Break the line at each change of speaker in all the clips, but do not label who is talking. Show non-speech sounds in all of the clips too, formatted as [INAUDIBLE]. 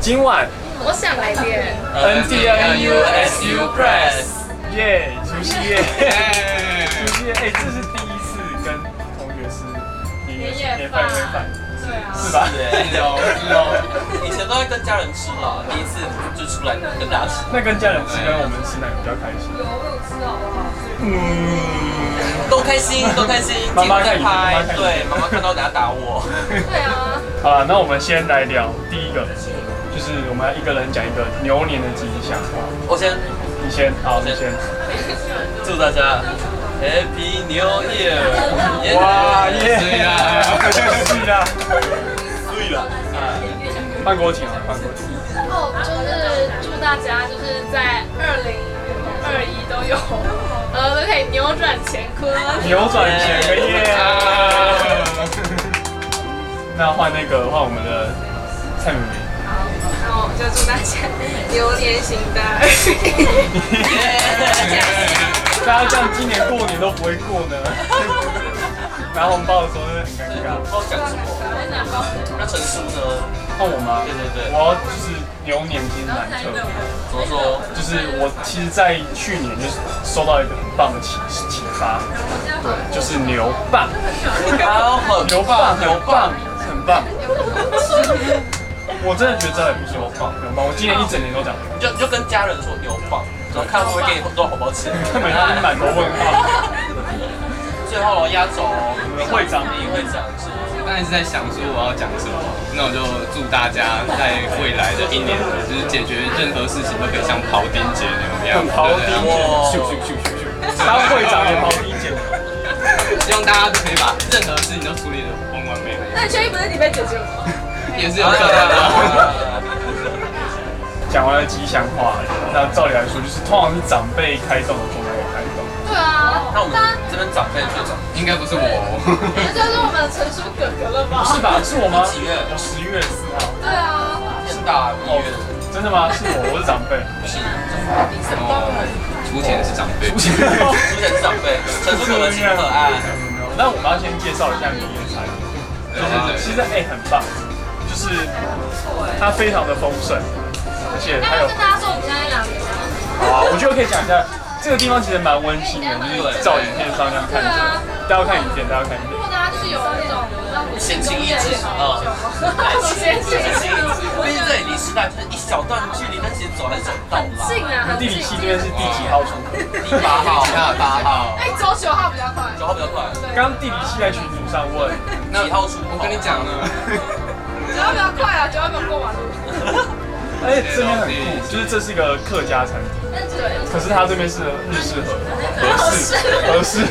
今晚
我想来点。
NTNU SU Press，耶，除夕 [LAUGHS] 夜，除夕夜，哎，这是第一次跟同学吃年夜年饭年饭，
对啊
是吧？
对，有有，以前都在跟家人吃啦，第一次就出来跟大家吃。
那跟家人吃跟我们吃哪个比较开心？
有我有吃好不好？
嗯，
都开心，都开心，
妈妈
节目
看你妈妈看，
在拍
你
对，妈妈看到等下打我。
对啊，
好了，那我们先来聊第一个，就是我们要一个人讲一个牛年的吉祥话。
我先
你先，好，你先。
祝大家 Happy New Year！
哇耶！
所以啦
对 [LAUGHS] 啦，
所以啦，
半国情啊，半国情。
然后就是祝大家就是在二零二一都有，呃，都可以扭转乾坤。
扭转乾坤耶！那换那个换我们的蔡 [LAUGHS] 明明，
好，那我就祝大家牛年行大运。
大家这样今年过年都不会过呢，拿红包的时候真的很尴
不
尬。
知道讲什么。那陈叔呢？
换我吗？
对对对
我要就是牛年金南特别，
怎么说？
就是我其实，在去年就是收到一个很棒的启启发，就是牛棒，
好很
牛棒，牛棒，很棒。我真的觉得真的很不错，牛棒，牛棒。我今年一整年都讲牛棒。
你就你就跟家人说牛棒，然后看会不会给你多少红包
[LAUGHS]
吃。
他每天满头问号。
最后压轴，
我们会长
你会长是
当然是在想说我要讲什么，那我就祝大家在未来的一年，就是解决任何事情都可以像庖丁解牛一
像
样，
庖丁解牛
咻咻咻咻咻，
当会长也跑理解，
希望大家都可以把任何事情都处理的完完美美，
那你确定不是你被解救吗？
啊
也是有可能的。
讲完了吉祥话，那照理来说就是通常是长辈开动，我们也开动。
对啊，
那我们这边长辈最长，
应该不是我，
那就是我们的成熟哥哥了吧？
不是吧？是我吗？
你啊几月
我十一月四号。哦
对啊，
天大一月
真的吗？是我，我是长辈。
是
出钱是长辈，
不行。
出钱是长
[LAUGHS]
辈，陈叔哥哥挺可爱。
那我们要先介绍一下年夜菜，就
对
是其
对
实
对，
哎、很棒，就是它非常的丰盛，而且
哎那
还
要
有
跟大家说我们家在哪里吗？
好啊，我觉得可以讲一下，这个地方其实蛮温馨的，就是照影片上这样看一下，大家看影片，大家看影片
如。果大家就是有那种
闲情逸致啊，
闲情
闲情逸致。毕
逸
竟
致
这里离 [LAUGHS] 师大就是一小段距离，但其实走还是走到
很
啦。
近啊，很
地
近。
理系这边是第几号出口？
第八号，
几号？八号。
哎，走九号比较快。
九号比较快。
刚刚地理系在群组上问，
那
几号出口？
我跟你讲呢，
九号比较快啊，九号没有过马路。
而且这边很酷，就是这是一个客家餐厅，
对。
可是它这边是日式和
合
合适合适，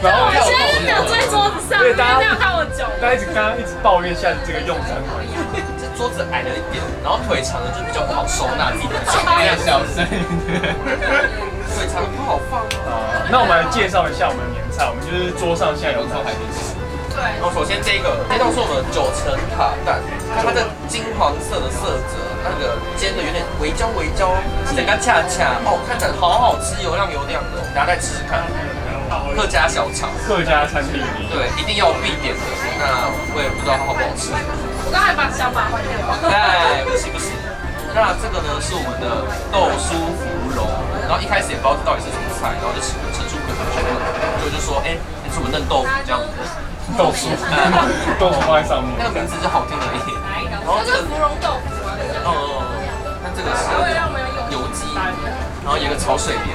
然后
我现在就两在桌子上，
对
因为
大家
这样看我脚。
大家一直刚刚一直抱怨现在这个用餐环境，
这桌子矮了一点，然后腿长的就比较不好收纳自己的 [LAUGHS] 脚，
要小声
[LAUGHS] 腿长的不好放啊。
啊那我们来介绍一下我们的年菜，我们就是桌上现在有
龙舟海边吃，
然后首先这个，这道是我们的九层塔蛋，看它的金黄色的色泽，那个煎的有点微焦微焦，整个恰恰哦，看起来好好吃，油亮油亮的，大家再吃吃看。客家小炒，
客家餐厅里，
对，一定要必点的。那我也不知道它好不好吃， [LAUGHS]
我刚才把想法换掉。
哎，不行不行。那这个呢是我们的豆酥芙蓉，然后一开始也不知道这到底是什么菜，然后就请陈出哥哥去问，就就说，哎、这是我们嫩豆腐这样子，
豆腐， [LAUGHS] 豆腐放在上
那个
面，
名字就好听而已。然后
那
这
就是
个
芙蓉豆腐啊，那个
哦，那这个是油鸡，然后有一个炒水莲，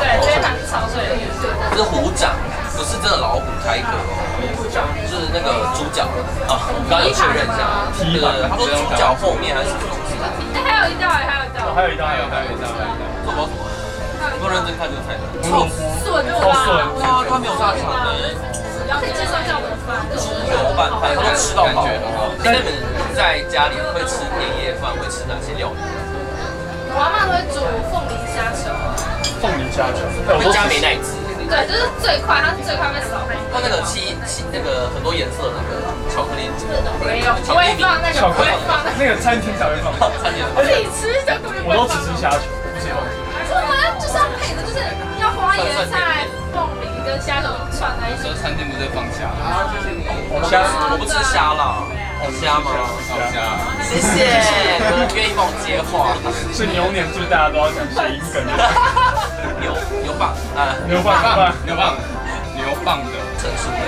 对，直接打去潮水的意思。
这是虎掌，不是真的老虎开壳哦，就是那个猪脚啊，我刚刚有确认一下，对对对，他说猪脚后面还是什么东西，
哎，还有一道哎，还有一道，
还有一道，还
还
有一
有
道
还，有一张，还有一张，
这我不知道什么，有没有认真看这个菜单？
红萝卜，
笋
哦笋
哇，它没有炸肠哎，
然后可以介绍一下我们饭。
猪油拌饭，他哦都吃
啊
到饱。啊那你们在家里会吃年夜饭，会吃哪些料理？
我阿妈都会煮凤梨虾球，
凤梨虾球，哎我
会
都
加
吃
美乃滋。
对，就是最快，它是最快被扫那
它那个七七那个很多颜色的那个巧克力，
没有，不会放那个，
巧克
不会
力
放那个，
那个餐厅才会放，
差点
自己吃的根本不
我
会
都只
放。
吃虾球，不吃凤梨。
是吗？就是要配的，就是要花椰菜、凤梨跟虾球串在一起
有时。候餐厅不是放虾，
虾
哦我不吃虾啦，好虾吗？啊
放虾。
[LAUGHS] 谢谢，哥哥。老街话，
是牛年祝大家都要讲谐音梗，
牛牛棒啊，
牛棒牛棒。
牛棒，牛棒的，
成熟的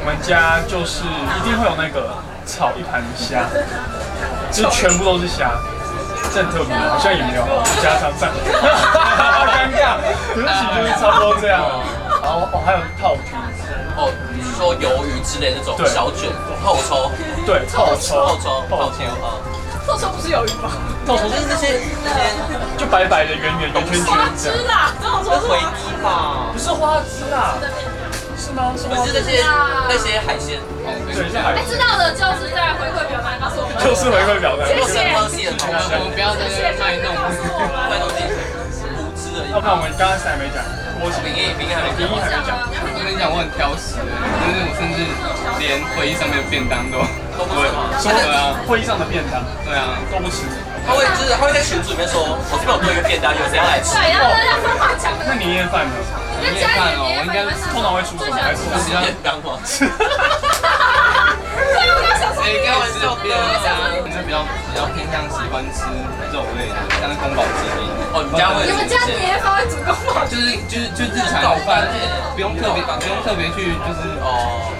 我们家就是一定会有那个炒一盘虾，就是全部都是虾，这很特别，好像也没有家常饭， [LAUGHS] 好尴尬。对不起，就是差不多这样。然后哦，还有套皮，
哦，你是说鱿鱼之类那种
对
小卷透抽，
对，套哦抽，
透抽，
套
透
抽
抽，啊，
臭臭不是有鱼吗？
套抽
就是那些鱼那些
就白白的、圆圆的、圈圈
花
的这样，
枝啦，这种
那
说是
回
花枝
忆吧
不，是花枝啊，是吗？是
不
吗
是？那些那些海鲜，
对，是海
哎，
枝，
知道的就是在回馈表单告诉我们，
就是回馈表单。
谢
不
谢
是喝系的同
我
学，
们不要在
谢谢
这边
大
卖
家
弄
告诉我们。
卖东西，无知的一
要
帮
不然我们刚刚才没讲，我
饼干饼干还没
林一
讲
还没
啊
讲，
我跟你讲，我很挑食，就是我甚至连会议上面的便当都
都不吃吗
说
对啊，
会议上的便当
对啊，
都不吃。
他会就是他会在群组里面说，我这边有做一个便当，有谁要来吃？
对，然后大家疯狂抢，
那年夜饭呢？
在家里面你们是
通常会出什么？还
[LAUGHS]
是
是便当吗？
[LAUGHS]
对，啊我刚想说
哎，
你
该吃便当啊，我们比较比较偏向喜欢吃肉类的，像是宫保鸡丁，
哦，你家会
你们家年夜饭会煮公吗？
哦
就是就是就日常的饭，不用特别不用特别去就是
哦，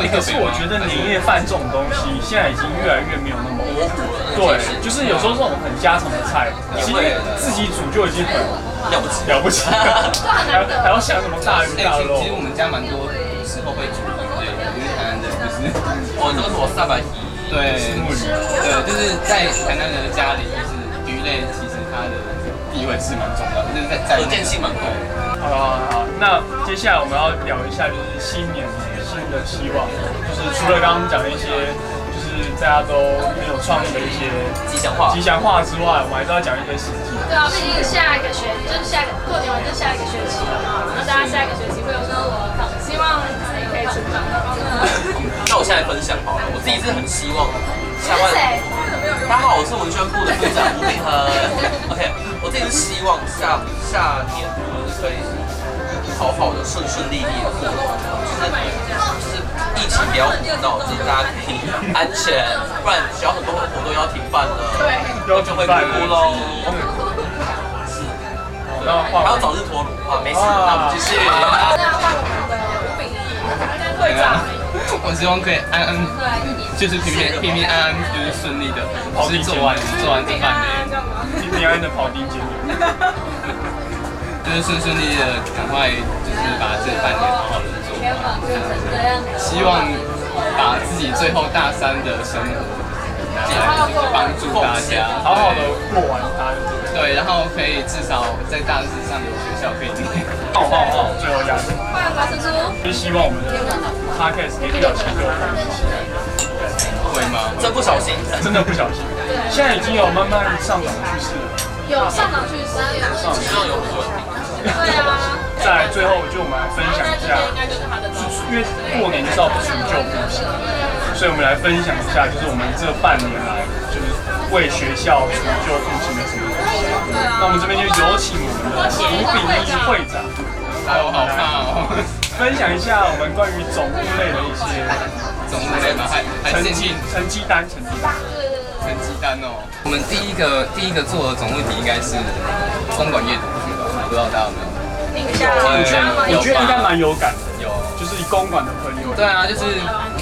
会特
可
别。
是我觉得年夜饭这种东西现在已经越来越没有那么
模糊了那个
对
解释，
就是有时候这种很家常的菜，其实自己煮就已经很
了不起。
了不起了，还还要想什么大鱼
哎
大
其
肉
其实。我们家蛮多时候会煮鱼类的，因为台南人就是
哦，这个是我三百一，
对
木鱼
对，就是在台南人的家里，就是鱼类其实它的地位是蛮重要的，就是在在
可见性蛮高的。
好了好了好了，那接下来我们要聊一下，就是新年新的希望，就是除了刚刚讲的一些，就是大家都很有创意的一些
吉祥话
吉。祥话之外，我们还是要讲一些实际。
对啊，毕竟下一个学就是下一个过年完就下一个学期了嘛，那大家下一个学期会有什么？希望自己可以成
[LAUGHS]
长。
那我现在分享好了，我自己是很希望下
是
半。
谁？
大家好，我是文宣部的部长吴秉恒。OK，我自己是希望下下年就是可以好好的、顺顺利利的过，就是就是疫情不要胡闹，就是大家可以安全，不然学校很多活动要停办了，
对，
要
就会哭喽。
然后
还
换
要
我
早日脱乳啊，没事，那我们 [LAUGHS] 继续。
那要换我们的饼会长。
我希望可以安安，就是平平
啊
平平安安，就是顺利的，就是做完做完这
平
半
安
年，
干嘛？
平平安安的跑第一节目。
就是顺顺利利的，赶快就是把这半年好好的做完。希望把自己最后大三的生活拿来就是帮助大家，
好好的过完它，
对，然后可以至少在大四上有学校可以念。
好好好，最后加油！
欢迎华生叔。
就是希望我们的 podcast 可以比较新歌，
会吗？
真不小心，
真的不小心，现在已经有慢慢上涨的趋势了。
有上档去吃。
质量有不稳定。
对啊，
再来最后，就我们来分享一下，因为过年就是要除旧布新，所以我们来分享一下，就是我们这半年来就是为学校除旧布新的什么。
啊
那
啊
我们这边就有请我们的吴炳义会长，
哎呦，好怕哦！
分享一下我们关于总务类的一些
总务类吗？还还
成
进
绩
进
成绩单、成绩单。
成绩单哦。我们第一个第一个做的总问题应该是公馆夜读剧吧？不知道大家有没有？
定下
我觉
来。
得我觉得应该蛮有感的，
有。
就是以公馆的朋友，
对啊，就是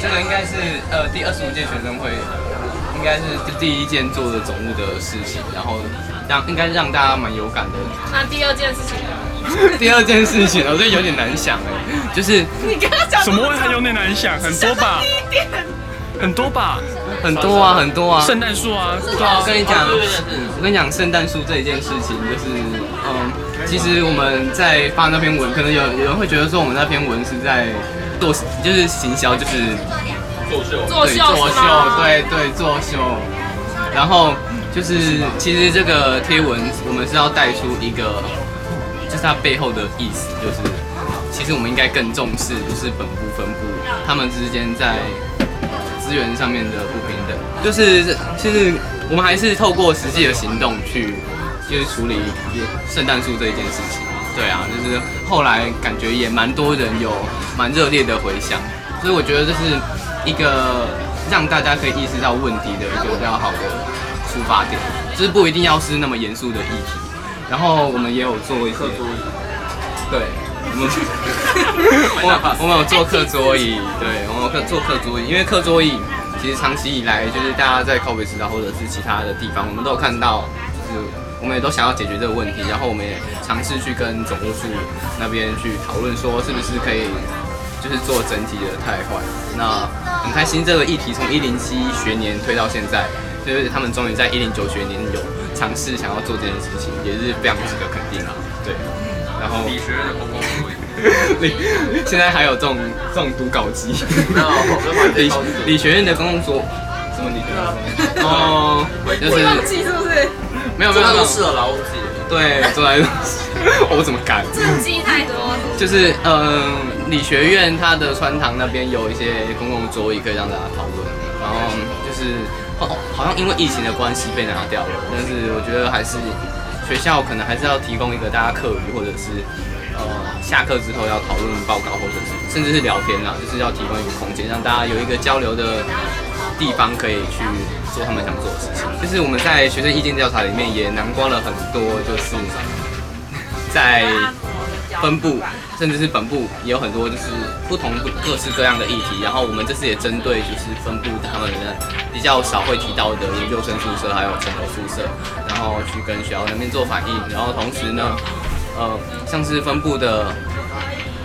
这个应该是呃第二十五届学生会，应该是第一件做的总务的事情，然后让应该让大家蛮有感的。
那第二件事情呢？
第二件事情，我觉得有点难想哎，就是
你刚刚讲
怎么会还有点难想？很多吧，
一点，
很多吧，
很多啊很多啊。
圣诞树啊，对啊
我哦跟你讲，
哦对对对
我跟你讲，圣诞树这一件事情，就是嗯，其实我们在发那篇文，可能有有人会觉得说我们那篇文是在做，就是行销，就是
作秀
作
对
秀
作
是
秀
吗，？
对对作秀。然后就是其实这个贴文，我们是要带出一个，就是它背后的意思，就是其实我们应该更重视，就是本部分部他们之间在资源上面的不平等，就是其实我们还是透过实际的行动去，就是处理圣诞树这一件事情。对啊，就是后来感觉也蛮多人有蛮热烈的回响，所以我觉得这是一个让大家可以意识到问题的一个比较好的处出发点，就是不一定要是那么严肃的议题。然后我们也有做一些，对，我们我我们有做课桌椅，对，我们有课做课桌椅，因为课桌椅其实长期以来就是大家在靠北市道或者是其他的地方，我们都有看到，就是我们也都想要解决这个问题，然后我们也尝试去跟总务处那边去讨论说是不是可以。就是做整体的汰换，那很开心这个议题从一零七学年推到现在，就是他们终于在一零九学年有尝试想要做这件事情，也是非常值得肯定啊。对，然后
理学院的公共卫
[LAUGHS] 现在还有这种这种读稿机，
那我们把这
理
套
理学院的公共所，什么理学院
啊
的公共所？哦，就
你
是
忘记是不是？
没有没
做
有
那
没
都
有，
适合劳务自己的
对，做来 [LAUGHS] 我怎么敢？
政绩太多了。
就是嗯，理学院它的穿堂那边有一些公共桌椅可以让大家讨论，然后就是哦，好像因为疫情的关系被拿掉了，但是我觉得还是学校可能还是要提供一个大家课余或者是呃下课之后要讨论报告或者是甚至是聊天啦，就是要提供一个空间让大家有一个交流的地方可以去做他们想做的事情。就是我们在学生意见调查里面也囊括了很多，就是在分部，甚至是本部也有很多就是不同各式各样的议题。然后我们这次也针对就是分部他们的比较少会提到的研究生宿舍还有城楼宿舍，然后去跟学校那边做反应。然后同时呢，呃，像是分部的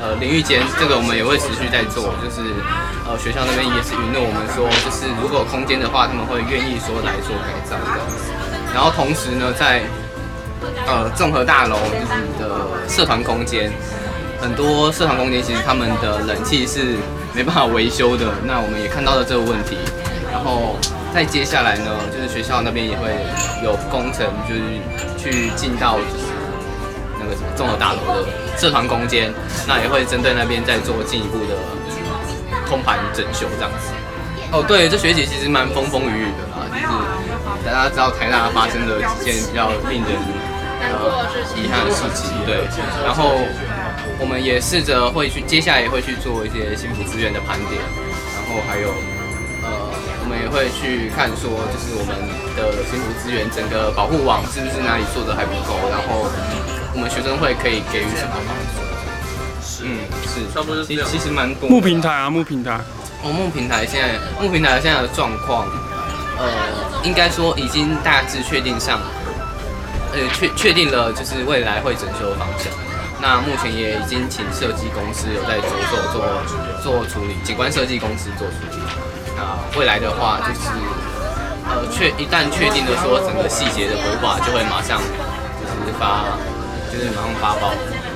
呃淋浴间，这个我们也会持续在做，就是呃学校那边也是允诺我们说，就是如果有空间的话，他们会愿意说来做改造这样子。然后同时呢，在呃综合大楼就是的社团空间，很多社团空间其实他们的冷气是没办法维修的，那我们也看到了这个问题，然后。再接下来呢，就是学校那边也会有工程，就是去进到就是那个什么综合大楼的社团空间，那也会针对那边再做进一步的通盘整修这样子。哦，对，这学期其实蛮风风雨雨的啦，就是大家知道台大发生了几件比较令人
难过的事情
遗憾的事情，对，然后我们也试着会去，接下来也会去做一些幸福资源的盘点，然后还有呃，我们也会去看说，就是我们的幸福资源整个保护网是不是哪里做的还不够，然后我们学生会可以给予什么帮助。嗯，是，
差不多就是这
其
样
其实蛮多的
木平台啊，木平台，
哦，木平台现在木平台现在的状况，呃，应该说已经大致确定上，呃，确确定了就是未来会整修的方向。那目前也已经请设计公司有在着手做做处理，景观设计公司做处理。那未来的话就是，呃，确一旦确定的说整个细节的规划，就会马上就是发，就是马上发包，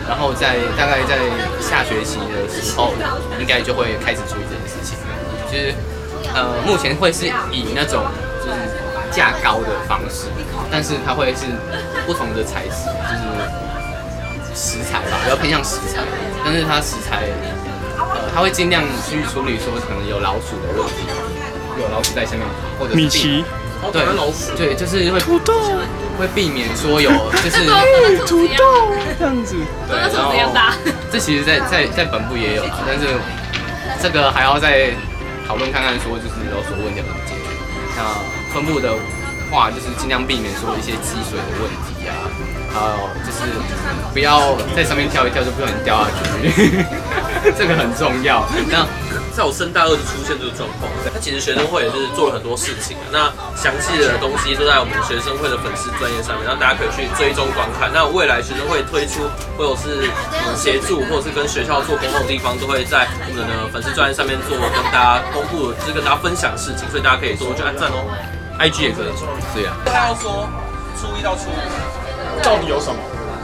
然后在大概在下学期的时候，应该就会开始处理这件事情。就是呃，目前会是以那种就是架高的方式，但是它会是不同的材质，就是食材吧，比较偏向食材，但是它食材。呃，它会尽量去处理说可能有老鼠的问题，有老鼠在下面，或者是
米
病
奇，
哦，
对
对，老鼠，
对，就是会
土豆，
会避免说有就是
[LAUGHS]
跟
土
兔子一样，
豆，这样子，
都跟兔子一样大。
这其实在在在本部也有啊，但是这个还要再讨论看看，说就是有所问题要怎么解决。那分部的话，就是尽量避免说一些积水的问题啊，还有就是不要在上面跳一跳就不小心掉下去， [LAUGHS] 这个很重要。那
在我升大二就出现这个状况。那其实学生会也是做了很多事情啊，那详细的东西都在我们学生会的粉丝专业上面，让大家可以去追踪观看。那未来学生会推出或者是嗯协助，或者是跟学校做公共地方，都会在我们的粉丝专业上面做跟大家公布，就是跟大家分享的事情，所以大家可以多去按赞哦。IG 也可以。
对啊，
他要说初一到初五
到底有什么？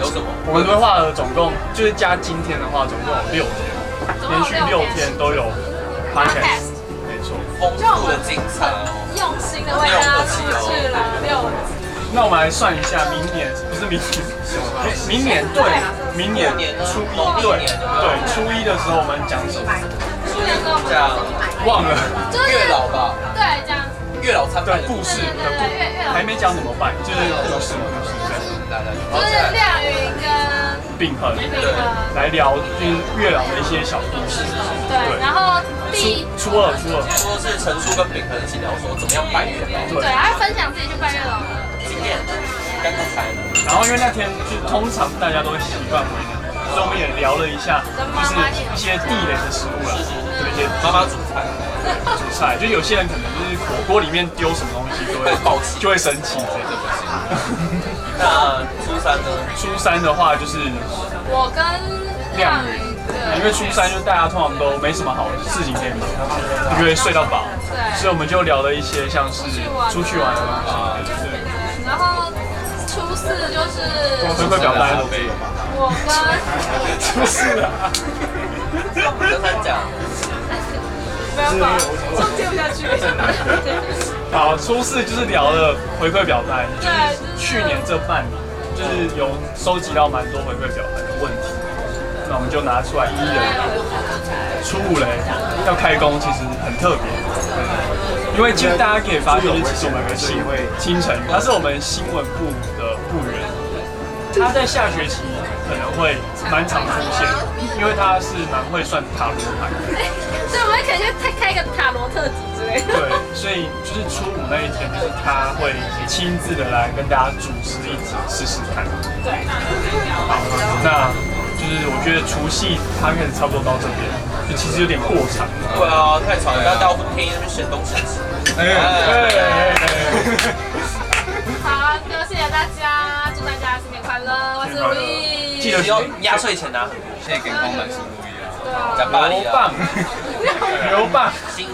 有什么？
我们规划了总共就是加今天的话，总共有六天，连续六天都有 podcast，没错。
丰富的精彩哦。
用心的为大家录制了六
那我们来算一下，明年不是明年，明明年对，明年初一对对初一的时候我们讲什么？
初一的时候
这样
忘了，
就是
月老吧，
对这样，
月老参拜
对
的故
故事
事。
对
的故
对对，月月老
还没讲怎么办，就是故事故事对。
来来，
就是廖云跟
并衡
那个
来聊就是月老的一些小故事。
对，然后第
初初二初二，
说是陈叔跟秉恒一起聊说怎么样拜月老，
对
对，他分享自己去拜月老的，
今天刚刚才
然后因为那天就通常大家都会习惯为零，所以我们也聊了一下，就是一些地雷的食物啦，对一些
妈妈煮菜，
主菜，就有些人可能就是火锅里面丢什么东西就会 [LAUGHS]
会爆气
就会生气之类的。
那初三呃呢？
初三的话就是
我跟
亮
亮
宇
宇，
因
对
为初三就大家通常都没什么好事情可以忙，因为睡到饱，
对
所以我们就聊了一些像是出去玩的啊东西，对
对，然后初四就是
对，回馈表单了呗，
我跟
[LAUGHS] 出事了。 [LAUGHS]
跟他讲，
没有吧，中间不下去，
好，初四就是聊了回馈表单，
对，就是
去年这半年就是有收集到蛮多回馈表单的问题，那我们就拿出来一一的初五嘞，要开工其实很特别，因为其实大家可以发现，就是其实我们有个新清晨，他是我们新闻部的部员，他在下学期可能会蛮常出现，因为他是蛮会算塔罗牌的。
所以我们可以去开开个塔罗特辑之类的。
对，所以就是初五那一天，就是他会亲自的来跟大家主持一集试试看。对，好，那就是我觉得除夕他开始差不多到这边，就其实有点过场了。
对啊，太吵了，大家不听，那边选东选西。
哎，
好，那谢谢大家，祝大家新年快乐，万事如意。
记得
只要压岁钱啊拿，
谢谢给光满是如意啊！
对啊
讲巴黎
牛
啊，
棒，牛棒。
新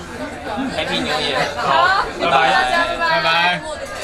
Happy New Year，
好，
拜
祝
拜
大家拜
拜拜
拜。